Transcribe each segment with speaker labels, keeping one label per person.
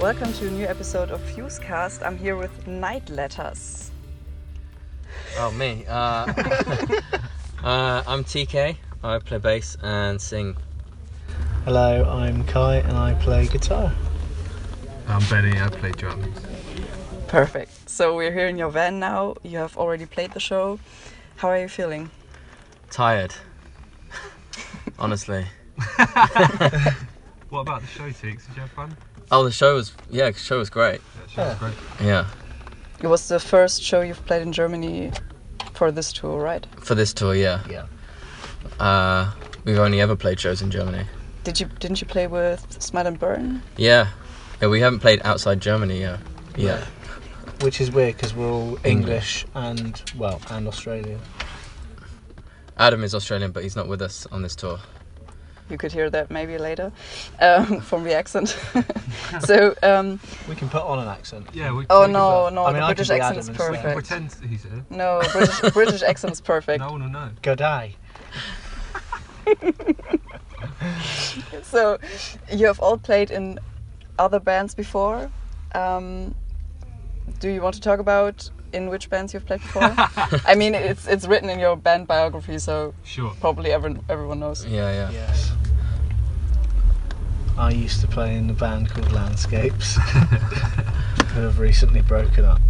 Speaker 1: Welcome to a new episode of Fusecast. I'm here with Night Letters.
Speaker 2: Oh, me. Uh, uh, I'm TK. I play bass and sing.
Speaker 3: Hello, I'm Kai and I play guitar.
Speaker 4: I'm Benny, I play drums.
Speaker 1: Perfect. So we're here in your van now. You have already played the show. How are you feeling?
Speaker 2: Tired. Honestly.
Speaker 4: What about the show, Teeks? Did you have fun?
Speaker 2: Oh, the show was yeah, the show was great.
Speaker 4: That show was
Speaker 3: Yeah.
Speaker 4: great.
Speaker 2: Yeah,
Speaker 1: It was the first show you've played in Germany for this tour, right?
Speaker 2: for this tour, yeah.
Speaker 3: Yeah.
Speaker 2: Uh, we've only ever played shows in Germany.
Speaker 1: Did you didn't you play with Smile and Burn?
Speaker 2: Yeah. Yeah, we haven't played outside Germany. Yeah. Yeah.
Speaker 3: Which is weird because we're all
Speaker 4: Hmm.
Speaker 2: English.
Speaker 3: English and, well, and Australian.
Speaker 2: Adam is Australian, but he's not with us on this tour.
Speaker 1: You could hear that maybe later um, from the accent. so um,
Speaker 3: We can put on an accent.
Speaker 4: Yeah, we
Speaker 1: oh
Speaker 4: we could,
Speaker 1: no
Speaker 4: uh,
Speaker 1: no
Speaker 3: I mean,
Speaker 1: the
Speaker 3: I could
Speaker 1: British
Speaker 3: be
Speaker 1: accent's
Speaker 3: Adam instead.
Speaker 4: we
Speaker 3: We
Speaker 4: could
Speaker 1: perfect.
Speaker 4: pretend he's here.
Speaker 1: No British British accent's perfect.
Speaker 4: No one will know.
Speaker 3: Good day.
Speaker 1: So, you have all played in other bands before. Um, do you want to talk about in which bands you've played before? I mean, it's it's written in your band biography, so
Speaker 4: Sure.
Speaker 1: probably everyone everyone knows.
Speaker 2: Yeah, yeah.
Speaker 3: Yes. I used to play in a band called Landscapes, who have recently broken up.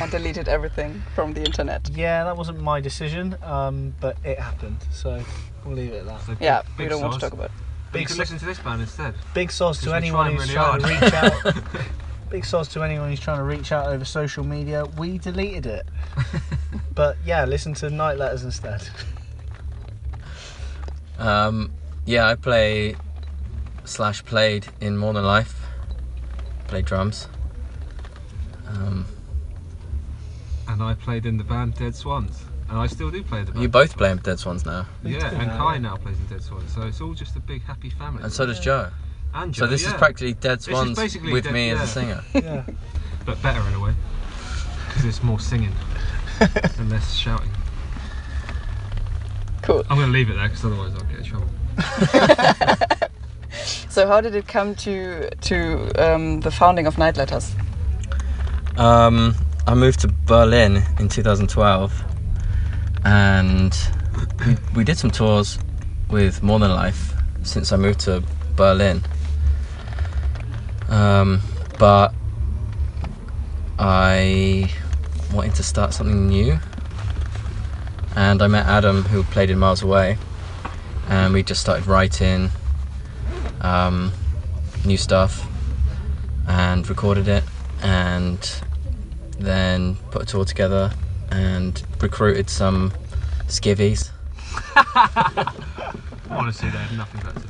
Speaker 1: I deleted everything from the internet.
Speaker 3: Yeah, that wasn't my decision, um, but it happened, so we'll leave it at that.
Speaker 4: So big-
Speaker 1: Yeah,
Speaker 4: big
Speaker 1: we don't want to
Speaker 4: source.
Speaker 1: talk about. it.
Speaker 4: But you
Speaker 3: Big
Speaker 4: can
Speaker 3: so-
Speaker 4: listen to this band instead.
Speaker 3: Big soz
Speaker 4: Because
Speaker 3: to
Speaker 4: we're
Speaker 3: anyone
Speaker 4: trying
Speaker 3: who's
Speaker 4: really
Speaker 3: trying to reach out. Big soz to anyone who's trying to reach out over social media. We deleted it, but yeah, listen to Night Letters instead.
Speaker 2: Um, yeah, I play slash played in More Than Life. Play drums. Um,
Speaker 4: And I played in the band Dead Swans. And I still do play in the band.
Speaker 2: you both play in Dead Swans now,
Speaker 3: We
Speaker 4: Yeah,
Speaker 3: do
Speaker 4: and
Speaker 3: know.
Speaker 4: Kai now plays in Dead Swans. So it's all just a big happy family.
Speaker 2: and so does Joe.
Speaker 4: And
Speaker 2: So
Speaker 4: Joe,
Speaker 2: this is
Speaker 4: yeah.
Speaker 2: practically Dead
Speaker 4: is
Speaker 2: Swans
Speaker 4: basically
Speaker 2: with
Speaker 4: Dead-
Speaker 2: me as
Speaker 4: yeah.
Speaker 2: a singer.
Speaker 3: Yeah.
Speaker 4: But better in a way. Because it's more singing and less shouting.
Speaker 1: Cool.
Speaker 4: I'm going to leave it there because otherwise I'll get in trouble.
Speaker 1: So, how did it come to to um, the founding of Night Letters?
Speaker 2: Um, I moved to Berlin in 2012, and we, we did some tours with More Than Life since I moved to Berlin. Um, but I wanted to start something new, and I met Adam, who played in Miles Away, and we just started writing um, new stuff and recorded it and then put a tour together and recruited some skivvies.
Speaker 4: Honestly, they had nothing better to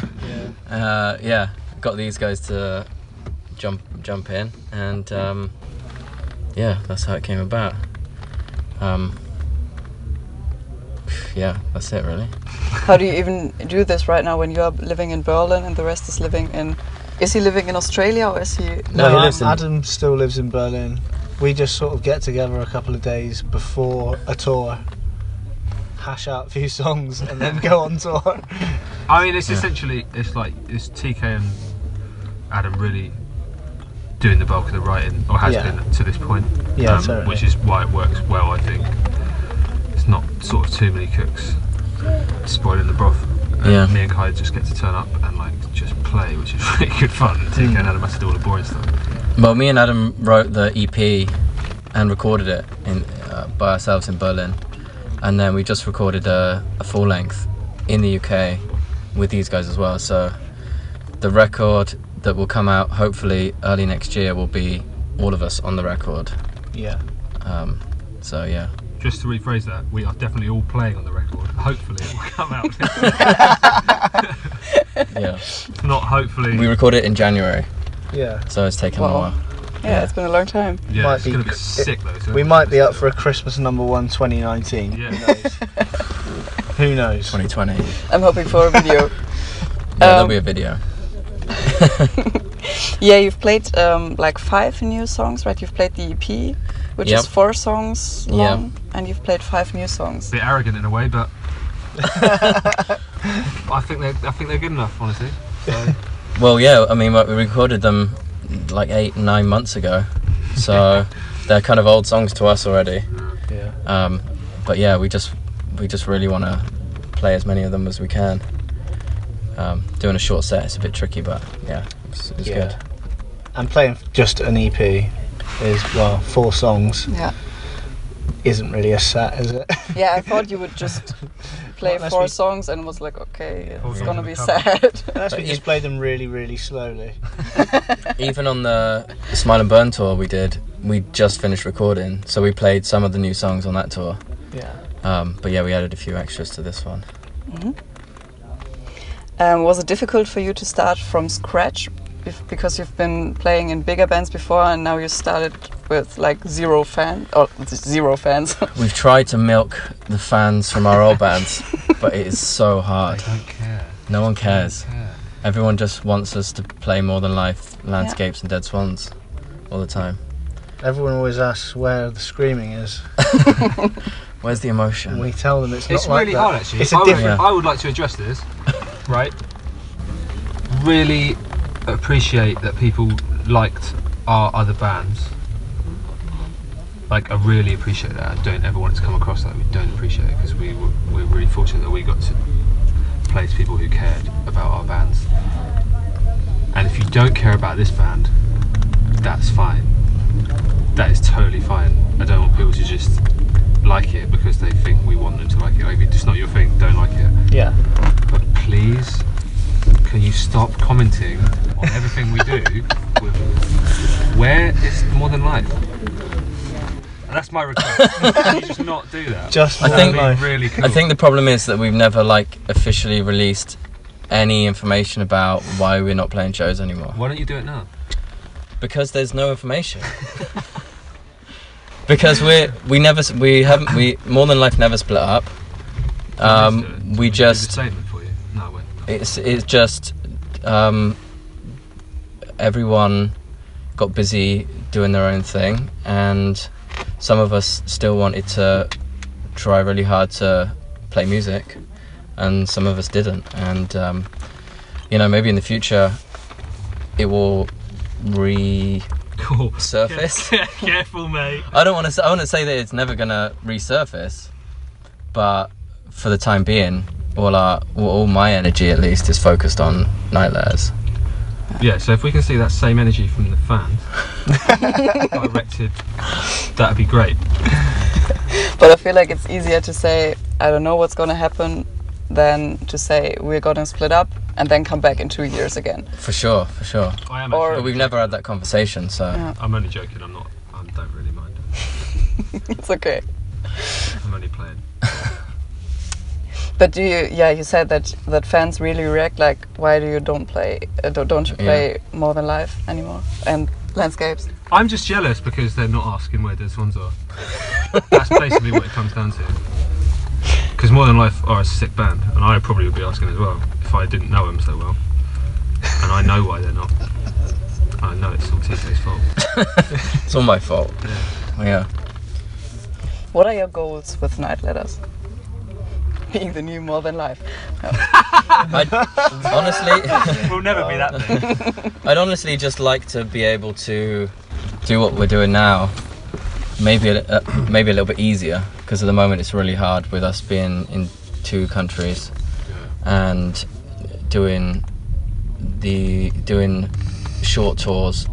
Speaker 4: do.
Speaker 3: Yeah.
Speaker 2: Uh, yeah, got these guys to jump jump in, and um, yeah, that's how it came about. Um, yeah, that's it really.
Speaker 1: How do you even do this right now when you are living in Berlin and the rest is living in? Is he living in Australia or is he?
Speaker 2: No,
Speaker 3: No,
Speaker 2: he
Speaker 3: Adam-
Speaker 2: lives in-
Speaker 3: Adam still lives in Berlin. We just sort of get together a couple of days before a tour, hash out a few songs, and then go on tour.
Speaker 4: I mean, it's
Speaker 2: Yeah.
Speaker 4: essentially it's like it's TK and Adam really doing the bulk of the writing, or has
Speaker 3: Yeah.
Speaker 4: been to this point. um,
Speaker 3: Yeah, totally.
Speaker 4: which is why it works well, I think. It's not sort of too many cooks spoiling the broth. And
Speaker 2: Yeah.
Speaker 4: Me and Kai just get to turn up and like just play, which is really good fun. And
Speaker 3: Hmm.
Speaker 4: TK and Adam has to do all the boring stuff.
Speaker 2: Well, me and Adam wrote the EP and recorded it in, uh, by ourselves in Berlin, and then we just recorded a, a full length in the UK with these guys as well. So the record that will come out hopefully early next year will be all of us on the record.
Speaker 3: Yeah.
Speaker 2: Um, so yeah,
Speaker 4: Just to rephrase that, we are definitely all playing on the record. Hopefully, it will come out.
Speaker 2: yeah.
Speaker 4: not hopefully.
Speaker 2: we recorded it in January,
Speaker 3: Yeah.
Speaker 2: so it's taken
Speaker 1: Wow.
Speaker 2: a while.
Speaker 1: Yeah, it's been a long time.
Speaker 4: yeah,
Speaker 3: might
Speaker 4: it's
Speaker 3: be-
Speaker 4: gonna be
Speaker 3: it-
Speaker 4: sick though. so-
Speaker 3: We might be up for a Christmas number one 2019.
Speaker 4: Yeah.
Speaker 3: Who knows? Who knows?
Speaker 2: 2020. Yeah,
Speaker 1: I'm hoping for a video.
Speaker 2: there'll
Speaker 1: Um,
Speaker 2: be a video.
Speaker 1: Yeah, you've played um, like five new songs, right? You've played the EP, which
Speaker 2: Yep.
Speaker 1: is four songs
Speaker 2: Yeah.
Speaker 1: long, and you've played five new songs.
Speaker 4: bit arrogant in a way, but I think they I think they're good enough, honestly. So
Speaker 2: Well, yeah, I mean, like, we recorded them like eight, nine months ago, so they're kind of old songs to us already.
Speaker 3: Yeah.
Speaker 2: Um, but yeah, we just we just really want to play as many of them as we can. Um, doing a short set is a bit tricky, but yeah, it's, it's
Speaker 3: Yeah. And playing just an EP is well four songs
Speaker 1: Yeah.
Speaker 3: isn't really a set, is it?
Speaker 1: Yeah, I thought you would just play
Speaker 3: Well, that's
Speaker 1: four
Speaker 3: me.
Speaker 1: songs and was like, okay,
Speaker 4: Hold
Speaker 1: it's
Speaker 4: on
Speaker 1: gonna
Speaker 4: to
Speaker 1: be
Speaker 4: the cover.
Speaker 1: sad.
Speaker 3: Unless we
Speaker 2: But
Speaker 3: just
Speaker 2: if-
Speaker 3: play them really, really slowly.
Speaker 2: good. Even on the Smile and Burn tour we did, we just finished recording, so we played some of the new songs on that tour.
Speaker 3: Yeah.
Speaker 2: Um, but yeah, we added a few extras to this one.
Speaker 1: Um, was it difficult for you to start from scratch if, because you've been playing in bigger bands before and now you started with like zero fans or zero fans?
Speaker 2: We've tried to milk the fans from our old bands, but it is so hard.
Speaker 4: don't care.
Speaker 2: No one cares.
Speaker 4: care.
Speaker 2: Everyone just wants us to play more than life, landscapes, and dead swans all the time.
Speaker 3: Everyone always asks where the screaming is,
Speaker 2: Where's the emotion?
Speaker 3: and we tell them it's,
Speaker 4: It's
Speaker 3: not like
Speaker 4: really
Speaker 3: that.
Speaker 4: hard actually.
Speaker 3: It's
Speaker 4: I
Speaker 3: a
Speaker 4: would,
Speaker 3: different.
Speaker 4: I would like to address this, right? Really appreciate that people liked our other bands. Like I really appreciate that. I don't ever want it to come across that we don't appreciate it because we were, we're really fortunate that we got to play to people who cared about our bands. And if you don't care about this band, that's fine. That is totally fine. I don't want people to just like it because they think we want them to like it. Like, if it's not your thing, don't like it.
Speaker 3: Yeah.
Speaker 4: But please, can you stop commenting on everything we do with where is more than life? And that's my request. Can you just not do that?
Speaker 3: Just
Speaker 2: I
Speaker 3: more
Speaker 2: think-
Speaker 3: than life.
Speaker 4: That'd be really cool.
Speaker 2: I think the problem is that we've never like officially released any information about why we're not playing shows anymore
Speaker 4: Why don't you do it now?
Speaker 2: because there's no information. because we we never s- we haven't we more than life never split up. Um, we
Speaker 4: Do the
Speaker 2: just
Speaker 4: statement for you. No, I won't.
Speaker 2: it's it's just um, everyone got busy doing their own thing, and some of us still wanted to try really hard to play music, and some of us didn't. And um, you know, maybe in the future, it will resurface.
Speaker 4: Cool. Careful, mate.
Speaker 2: I don't want to. Say, I want to say that it's never gonna resurface, but for the time being, all our, well, all my energy at least, is focused on night layers.
Speaker 4: Yeah. So if we can see that same energy from the fans directed, that'd be great.
Speaker 1: but I feel like it's easier to say I don't know what's gonna happen than to say we're gonna split up and then come back in two years again.
Speaker 2: For sure, for sure.
Speaker 4: I am.
Speaker 1: Or-
Speaker 2: But
Speaker 4: actually-
Speaker 2: we've never had that conversation, so
Speaker 1: Yeah.
Speaker 4: I'm only joking. I'm not. I don't really mind.
Speaker 1: It's okay.
Speaker 4: I'm only playing.
Speaker 1: But do you? Yeah, you said that that fans really react like, why do you don't play? Uh, don't, don't you
Speaker 2: Yeah.
Speaker 1: play more than life anymore and landscapes?
Speaker 4: I'm just jealous because they're not asking where dead swans are. That's basically what it comes down to. Because More Than Life are a sick band, and I probably would be asking as well if I didn't know them so well. And I know why they're not. I know it's all TK's fault.
Speaker 2: it's all my fault. Yeah.
Speaker 1: What are your goals with night letters? Being the new more than life.
Speaker 2: I, honestly,
Speaker 4: We'll never be that big.
Speaker 2: I'd honestly just like to be able to do what we're doing now. Maybe a, uh, maybe a little bit easier because at the moment it's really hard with us being in two countries and doing the doing short tours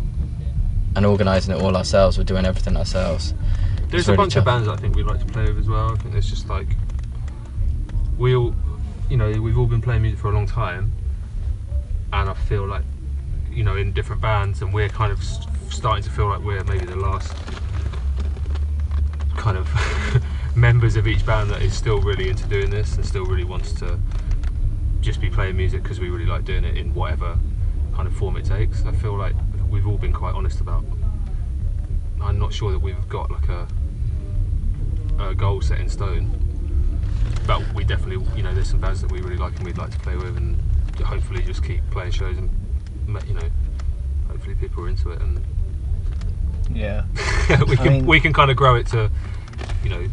Speaker 2: and organising it all ourselves. We're doing everything ourselves.
Speaker 4: There's
Speaker 2: It's
Speaker 4: a
Speaker 2: really
Speaker 4: bunch of
Speaker 2: tough.
Speaker 4: bands I think we'd like to play with as well. I think there's just like we all, you know, we've all been playing music for a long time, and I feel like, you know, in different bands, and we're kind of s- starting to feel like we're maybe the last kind of members of each band that is still really into doing this and still really wants to just be playing music because we really like doing it in whatever kind of form it takes. I feel like we've all been quite honest about. I'm not sure that we've got like a a goal set in stone, but we definitely, you know, there's some bands that we really like and we'd like to play with, and hopefully just keep playing shows and ma- you know, hopefully people are into it and
Speaker 3: Yeah.
Speaker 4: we
Speaker 3: I
Speaker 4: can
Speaker 3: mean-
Speaker 4: we can kind of grow it to, you know,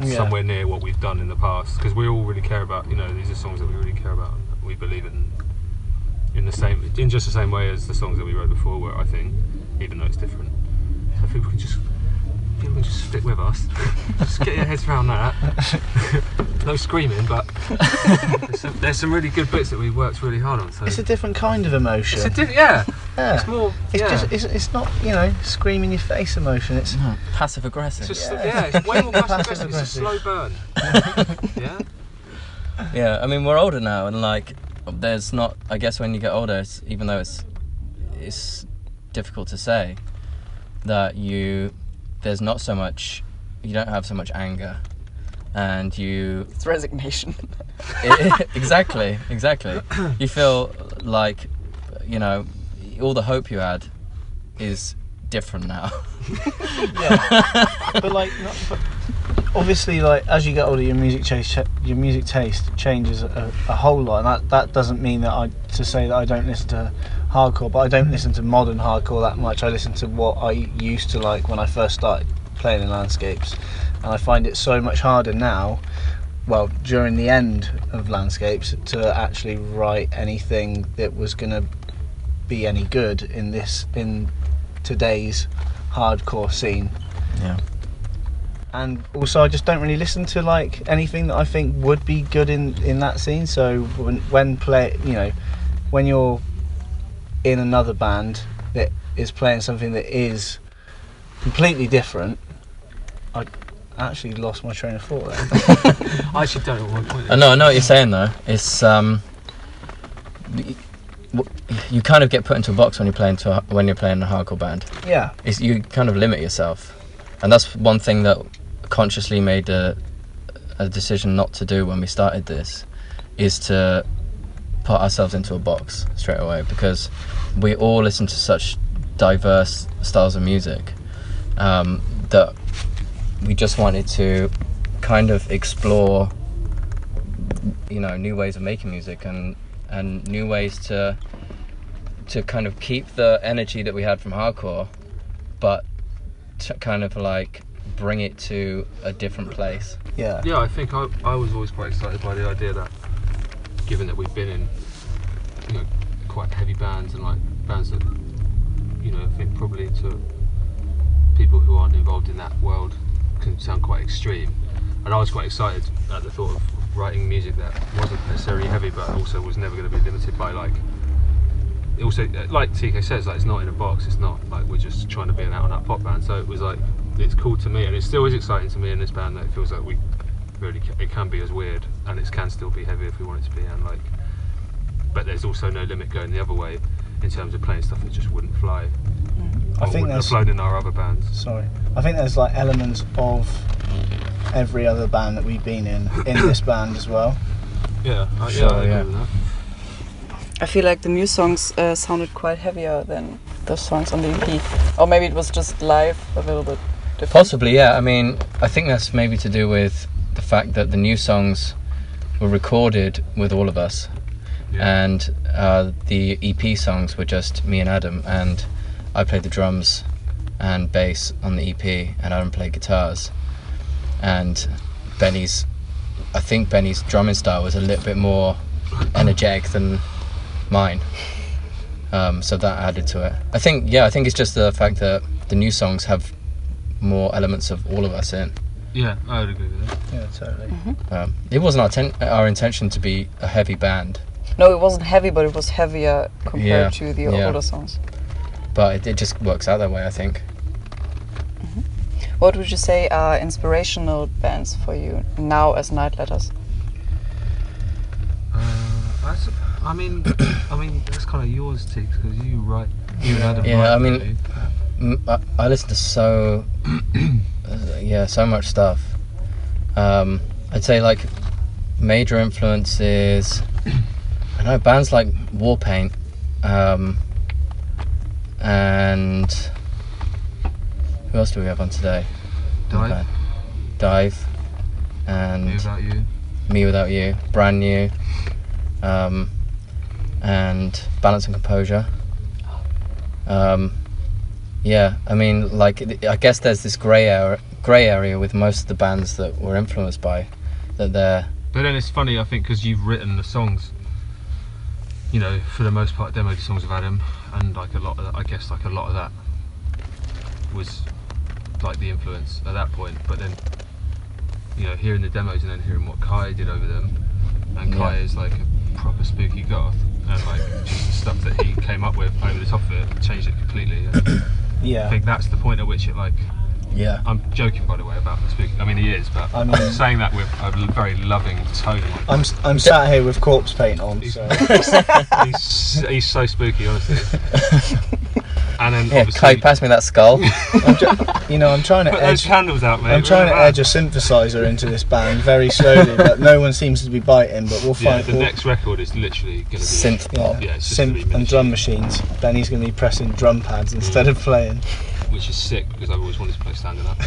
Speaker 3: Yeah.
Speaker 4: somewhere near what we've done in the past because we all really care about you know these are songs that we really care about. and We believe in in the same, in just the same way as the songs that we wrote before were. I think, even though it's different, so I think we can just people can just stick with us. just get your heads around that. no screaming, but there's, some, there's some really good bits that we worked really hard on. So
Speaker 3: It's a different kind of emotion.
Speaker 4: It's a diff- yeah,
Speaker 3: yeah.
Speaker 4: it's more.
Speaker 3: It's
Speaker 4: yeah.
Speaker 3: just it's, it's not you know scream in your face emotion. It's
Speaker 2: No, passive aggressive.
Speaker 4: It's just,
Speaker 3: Yeah.
Speaker 4: yeah. it's way more passive aggressive. It's a slow
Speaker 3: Passive-aggressive.
Speaker 4: burn. yeah,
Speaker 2: Yeah, I mean we're older now, and like there's not. I guess when you get older, it's, even though it's it's difficult to say that you there's not so much. You don't have so much anger, and you
Speaker 1: It's resignation.
Speaker 2: exactly, exactly. You feel like you know all the hope you had is different now.
Speaker 3: but like not, but obviously like as you get older your music taste your music taste changes a, a whole lot and that, that doesn't mean that I to say that I don't listen to hardcore but I don't listen to modern hardcore that much I listen to what I used to like when I first started playing in landscapes and I find it so much harder now well during the end of landscapes to actually write anything that was going to be any good in this in today's hardcore scene
Speaker 2: Yeah.
Speaker 3: and also I just don't really listen to like anything that I think would be good in in that scene. So when when play, you know, when you're in another band that is playing something that is completely different, I actually lost my train of thought. There.
Speaker 4: I actually don't know what my point. Is.
Speaker 2: Oh, I know, I know what you're saying though. It's um, y- w- you kind of get put into a box when you're playing to a, when you're playing a hardcore band.
Speaker 3: yeah,
Speaker 2: It's, you kind of limit yourself, and that's one thing that consciously made a, a decision not to do when we started this, is to put ourselves into a box straight away because we all listen to such diverse styles of music um, that we just wanted to kind of explore you know new ways of making music and and new ways to to kind of keep the energy that we had from hardcore but to kind of like bring it to a different place
Speaker 3: yeah,
Speaker 4: Yeah, I think I, I was always quite excited by the idea that, given that we've been in, you know, quite heavy bands and like bands that, you know, I think probably to people who aren't involved in that world can sound quite extreme. And I was quite excited at the thought of writing music that wasn't necessarily heavy, but also was never going to be limited by like. it Also, uh, like TK says, like it's not in a box. It's not like we're just trying to be an out-and-out pop band. So it was like it's cool to me, and it still is exciting to me in this band that it feels like we really ca- it can be as weird and it can still be heavy if we want it to be and like but there's also no limit going the other way in terms of playing stuff that just wouldn't fly
Speaker 3: I
Speaker 4: or
Speaker 3: think
Speaker 4: wouldn't have
Speaker 3: that's
Speaker 4: flown in our other bands
Speaker 3: sorry. I think there's like elements of every other band that we've been in in this band as well.
Speaker 4: yeah I,
Speaker 2: Sure,
Speaker 4: yeah, I agree
Speaker 2: yeah.
Speaker 4: with that.
Speaker 1: I feel like the new songs uh, sounded quite heavier than the songs on the EP. Or maybe it was just live a little bit different.
Speaker 2: Possibly, yeah. I mean, I think that's maybe to do with the fact that the new songs were recorded with all of us,
Speaker 4: Yeah.
Speaker 2: and uh, the EP songs were just me and Adam, and I played the drums and bass on the EP, and Adam played guitars. And Benny's, I think Benny's drumming style was a little bit more energetic than mine. Um, so that added to it. I think, yeah, I think it's just the fact that the new songs have more elements of all of us in.
Speaker 4: yeah I would agree with that
Speaker 3: Yeah, totally.
Speaker 2: Um, it wasn't our, ten- our intention to be a heavy band,
Speaker 1: No, it wasn't heavy, but it was heavier compared
Speaker 2: Yeah,
Speaker 1: to the
Speaker 2: yeah.
Speaker 1: older songs.
Speaker 2: but it, it just works out that way, I think.
Speaker 1: What would you say are inspirational bands for you now as Night Letters?
Speaker 4: uh, that's, I mean I mean that's kind of yours Tix because you write you and Adam
Speaker 2: Yeah,
Speaker 4: write,
Speaker 2: I mean-
Speaker 4: don't you?
Speaker 2: Mm, I, I listen to so, uh, yeah, so much stuff. Um, I'd say like major influences. I know bands like Warpaint, um, and who else do we have on today?
Speaker 4: Dive
Speaker 2: Dive, and
Speaker 4: Me Without You
Speaker 2: Me Without You, brand new, um, and Balance and Composure. Um, yeah, I mean, like, th- I guess there's this grey area, grey area with most of the bands that we're influenced by, that they're
Speaker 4: but then it's funny I think because you've written the songs you know, for the most part, demoed the songs of Adam, and like a lot of, I guess, like a lot of that was like the influence at that point. But then, you know, hearing the demos and then hearing what Kai did over them, and Kai
Speaker 2: Yeah.
Speaker 4: is like a proper spooky goth, and like just the stuff that he came up with over the top of it changed it completely. And I
Speaker 3: Yeah.
Speaker 4: think that's the point at which it like
Speaker 2: Yeah.
Speaker 4: I'm joking, by the way, about the spooky. I mean, he is, but
Speaker 3: I
Speaker 4: I'm
Speaker 3: know.
Speaker 4: saying that with a l- very loving tone.
Speaker 3: I'm, s- I'm sat here with corpse paint on, so
Speaker 4: he's, s- he's so spooky, honestly. and then
Speaker 2: Yeah,
Speaker 4: obviously,
Speaker 2: Kai, pass me that skull.
Speaker 3: you know I'm trying to
Speaker 4: put those
Speaker 3: edge.
Speaker 4: candles out, mate.
Speaker 3: I'm trying to
Speaker 4: Remember
Speaker 3: edge a synthesizer into this band very slowly, but no one seems to be biting. But we'll
Speaker 4: that? Yeah,
Speaker 3: find
Speaker 4: the
Speaker 3: we'll-
Speaker 4: next record is literally going to be
Speaker 2: Synth
Speaker 3: yeah,
Speaker 2: pop.
Speaker 4: Yeah, it's just gonna be
Speaker 3: synth and
Speaker 4: miniature.
Speaker 3: drum machines. Benny's going to be pressing drum pads instead of playing.
Speaker 4: which is sick because I've always wanted to play standing up.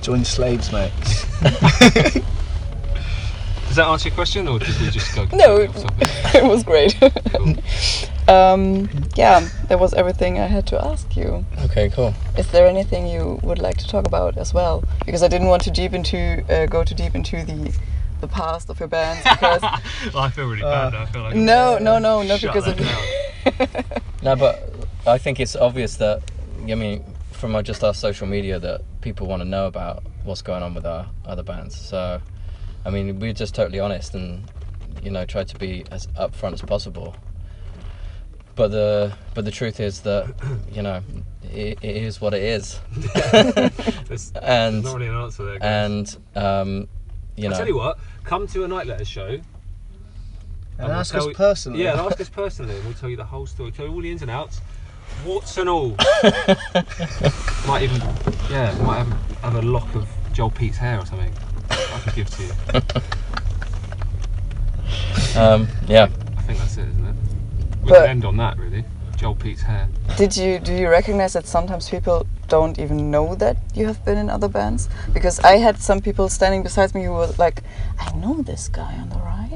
Speaker 3: Join slaves, mate.
Speaker 4: Does that answer your question, or did we just go?
Speaker 1: No.
Speaker 4: completely off topic?
Speaker 1: it was great.
Speaker 4: Cool.
Speaker 1: um, yeah, that was everything I had to ask you.
Speaker 2: Okay, cool.
Speaker 1: Is there anything you would like to talk about as well? Because I didn't want to deep into uh, go too deep into the the past of your bands because
Speaker 4: I feel really bad. now. I feel like I'm
Speaker 1: no, no, no, not
Speaker 4: shut
Speaker 1: because
Speaker 4: that
Speaker 1: of
Speaker 4: down.
Speaker 2: No, but I think it's obvious that I mean, from our, just our social media, that people want to know about what's going on with our other bands. So, I mean, we're just totally honest and you know try to be as upfront as possible. But the but the truth is that you know it, it is what it is,
Speaker 4: There's
Speaker 2: and
Speaker 4: not really an answer there. guys.
Speaker 2: and um, you know
Speaker 4: I tell you what, come to a night letter show.
Speaker 3: And
Speaker 4: we'll
Speaker 3: ask us
Speaker 4: tell-
Speaker 3: personally.
Speaker 4: Yeah, and ask us personally. and We'll tell you the whole story. Tell you all the ins and outs, warts and all. might even, yeah, might have, have a lock of Joel Pete's hair or something. I could give to you.
Speaker 2: um, yeah.
Speaker 4: I think that's it, isn't it? We
Speaker 1: But-
Speaker 4: can end on that, really. Joel Pete's hair.
Speaker 1: Did you do you recognize that sometimes people don't even know that you have been in other bands? Because I had some people standing beside me who were like, "I know this guy on the right,"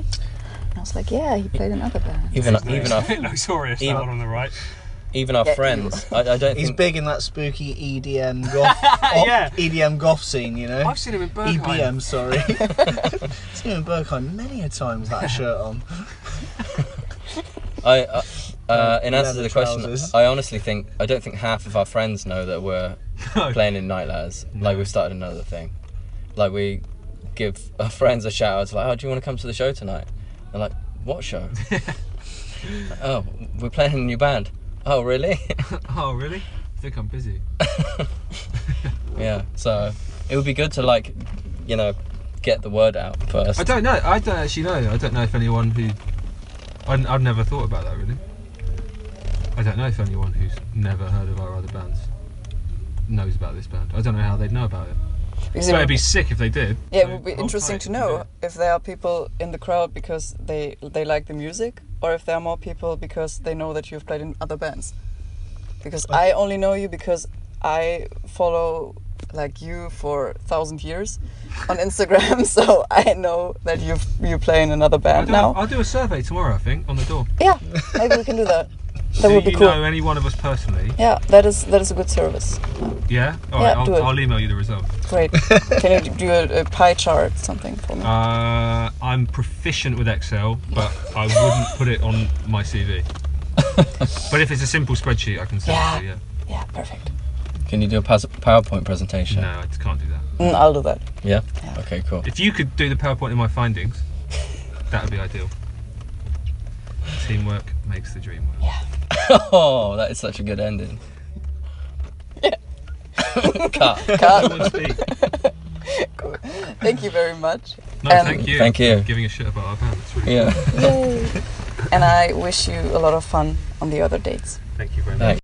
Speaker 1: and I was like, "Yeah, he played in other bands."
Speaker 2: Even even our
Speaker 4: bit luxurious, that
Speaker 2: even-
Speaker 4: one on the right.
Speaker 2: even our
Speaker 1: Yeah, he
Speaker 2: friends, I, I don't
Speaker 3: He's
Speaker 2: think
Speaker 3: big in that spooky EDM goth,
Speaker 4: Yeah.
Speaker 3: EDM goth scene, you know.
Speaker 4: I've seen him in Bergheim.
Speaker 3: EBM, sorry. seen him in Bergheim many a time with that shirt on.
Speaker 2: I, uh, uh, in answer to
Speaker 3: leather
Speaker 2: the question,
Speaker 3: trousers.
Speaker 2: I honestly think I don't think half of our friends know that we're playing in Night Lads. Like we've started another thing. Like we give our friends a shout out. It's like, oh, do you want to come to the show tonight? They're like, what show? oh, we're playing in a new band. Oh, really?
Speaker 4: Oh, really? I think I'm busy.
Speaker 2: yeah. So it would be good to like, you know, get the word out first.
Speaker 4: I don't know. I don't actually know. I don't know if anyone who. I, I've never thought about that really. I don't know if anyone who's never heard of our other bands knows about this band. I don't know how they'd know about it.
Speaker 1: Because
Speaker 4: So
Speaker 1: it
Speaker 4: it'd
Speaker 1: would-
Speaker 4: be sick if they did.
Speaker 1: yeah, it
Speaker 4: So
Speaker 1: would be
Speaker 4: hold
Speaker 1: interesting to
Speaker 4: tight
Speaker 1: know if there are people in the crowd because they they like the music, or if there are more people because they know that you've played in other bands. Because I only know you because I follow like you for thousand years on Instagram, so I know that you you play in another
Speaker 4: I'll
Speaker 1: band
Speaker 4: do,
Speaker 1: now.
Speaker 4: I'll do a survey tomorrow, I think, on the door.
Speaker 1: Yeah, maybe we can do that. That
Speaker 4: do
Speaker 1: would be
Speaker 4: you
Speaker 1: cool.
Speaker 4: know any one of us personally?
Speaker 1: Yeah, that is that is a good service.
Speaker 4: Yeah.
Speaker 1: Yeah,
Speaker 4: All right.
Speaker 1: do
Speaker 4: I'll,
Speaker 1: it.
Speaker 4: I'll email you the result.
Speaker 1: Great. can you do a, a pie chart something for me?
Speaker 4: Uh, I'm proficient with Excel, but I wouldn't put it on my CV. but if it's a simple spreadsheet, I can send it to you.
Speaker 1: yeah, perfect.
Speaker 2: Can you do a pas- PowerPoint presentation?
Speaker 4: Yeah. No, I can't do that.
Speaker 1: Mm, I'll do that.
Speaker 2: Yeah. Okay. Cool.
Speaker 4: If you could do the PowerPoint in my findings, that would be ideal. Teamwork makes the dream work.
Speaker 2: Oh, that is such a good ending. Cut.
Speaker 1: Cut.
Speaker 4: Everyone speak.
Speaker 1: Thank you very much.
Speaker 4: No,
Speaker 1: Um,
Speaker 4: thank you.
Speaker 2: Thank you.
Speaker 4: for Giving a shit about our band. It's really
Speaker 2: Yeah.
Speaker 1: and I wish you a lot of fun on the other dates.
Speaker 4: Thank you very much.
Speaker 2: Thanks.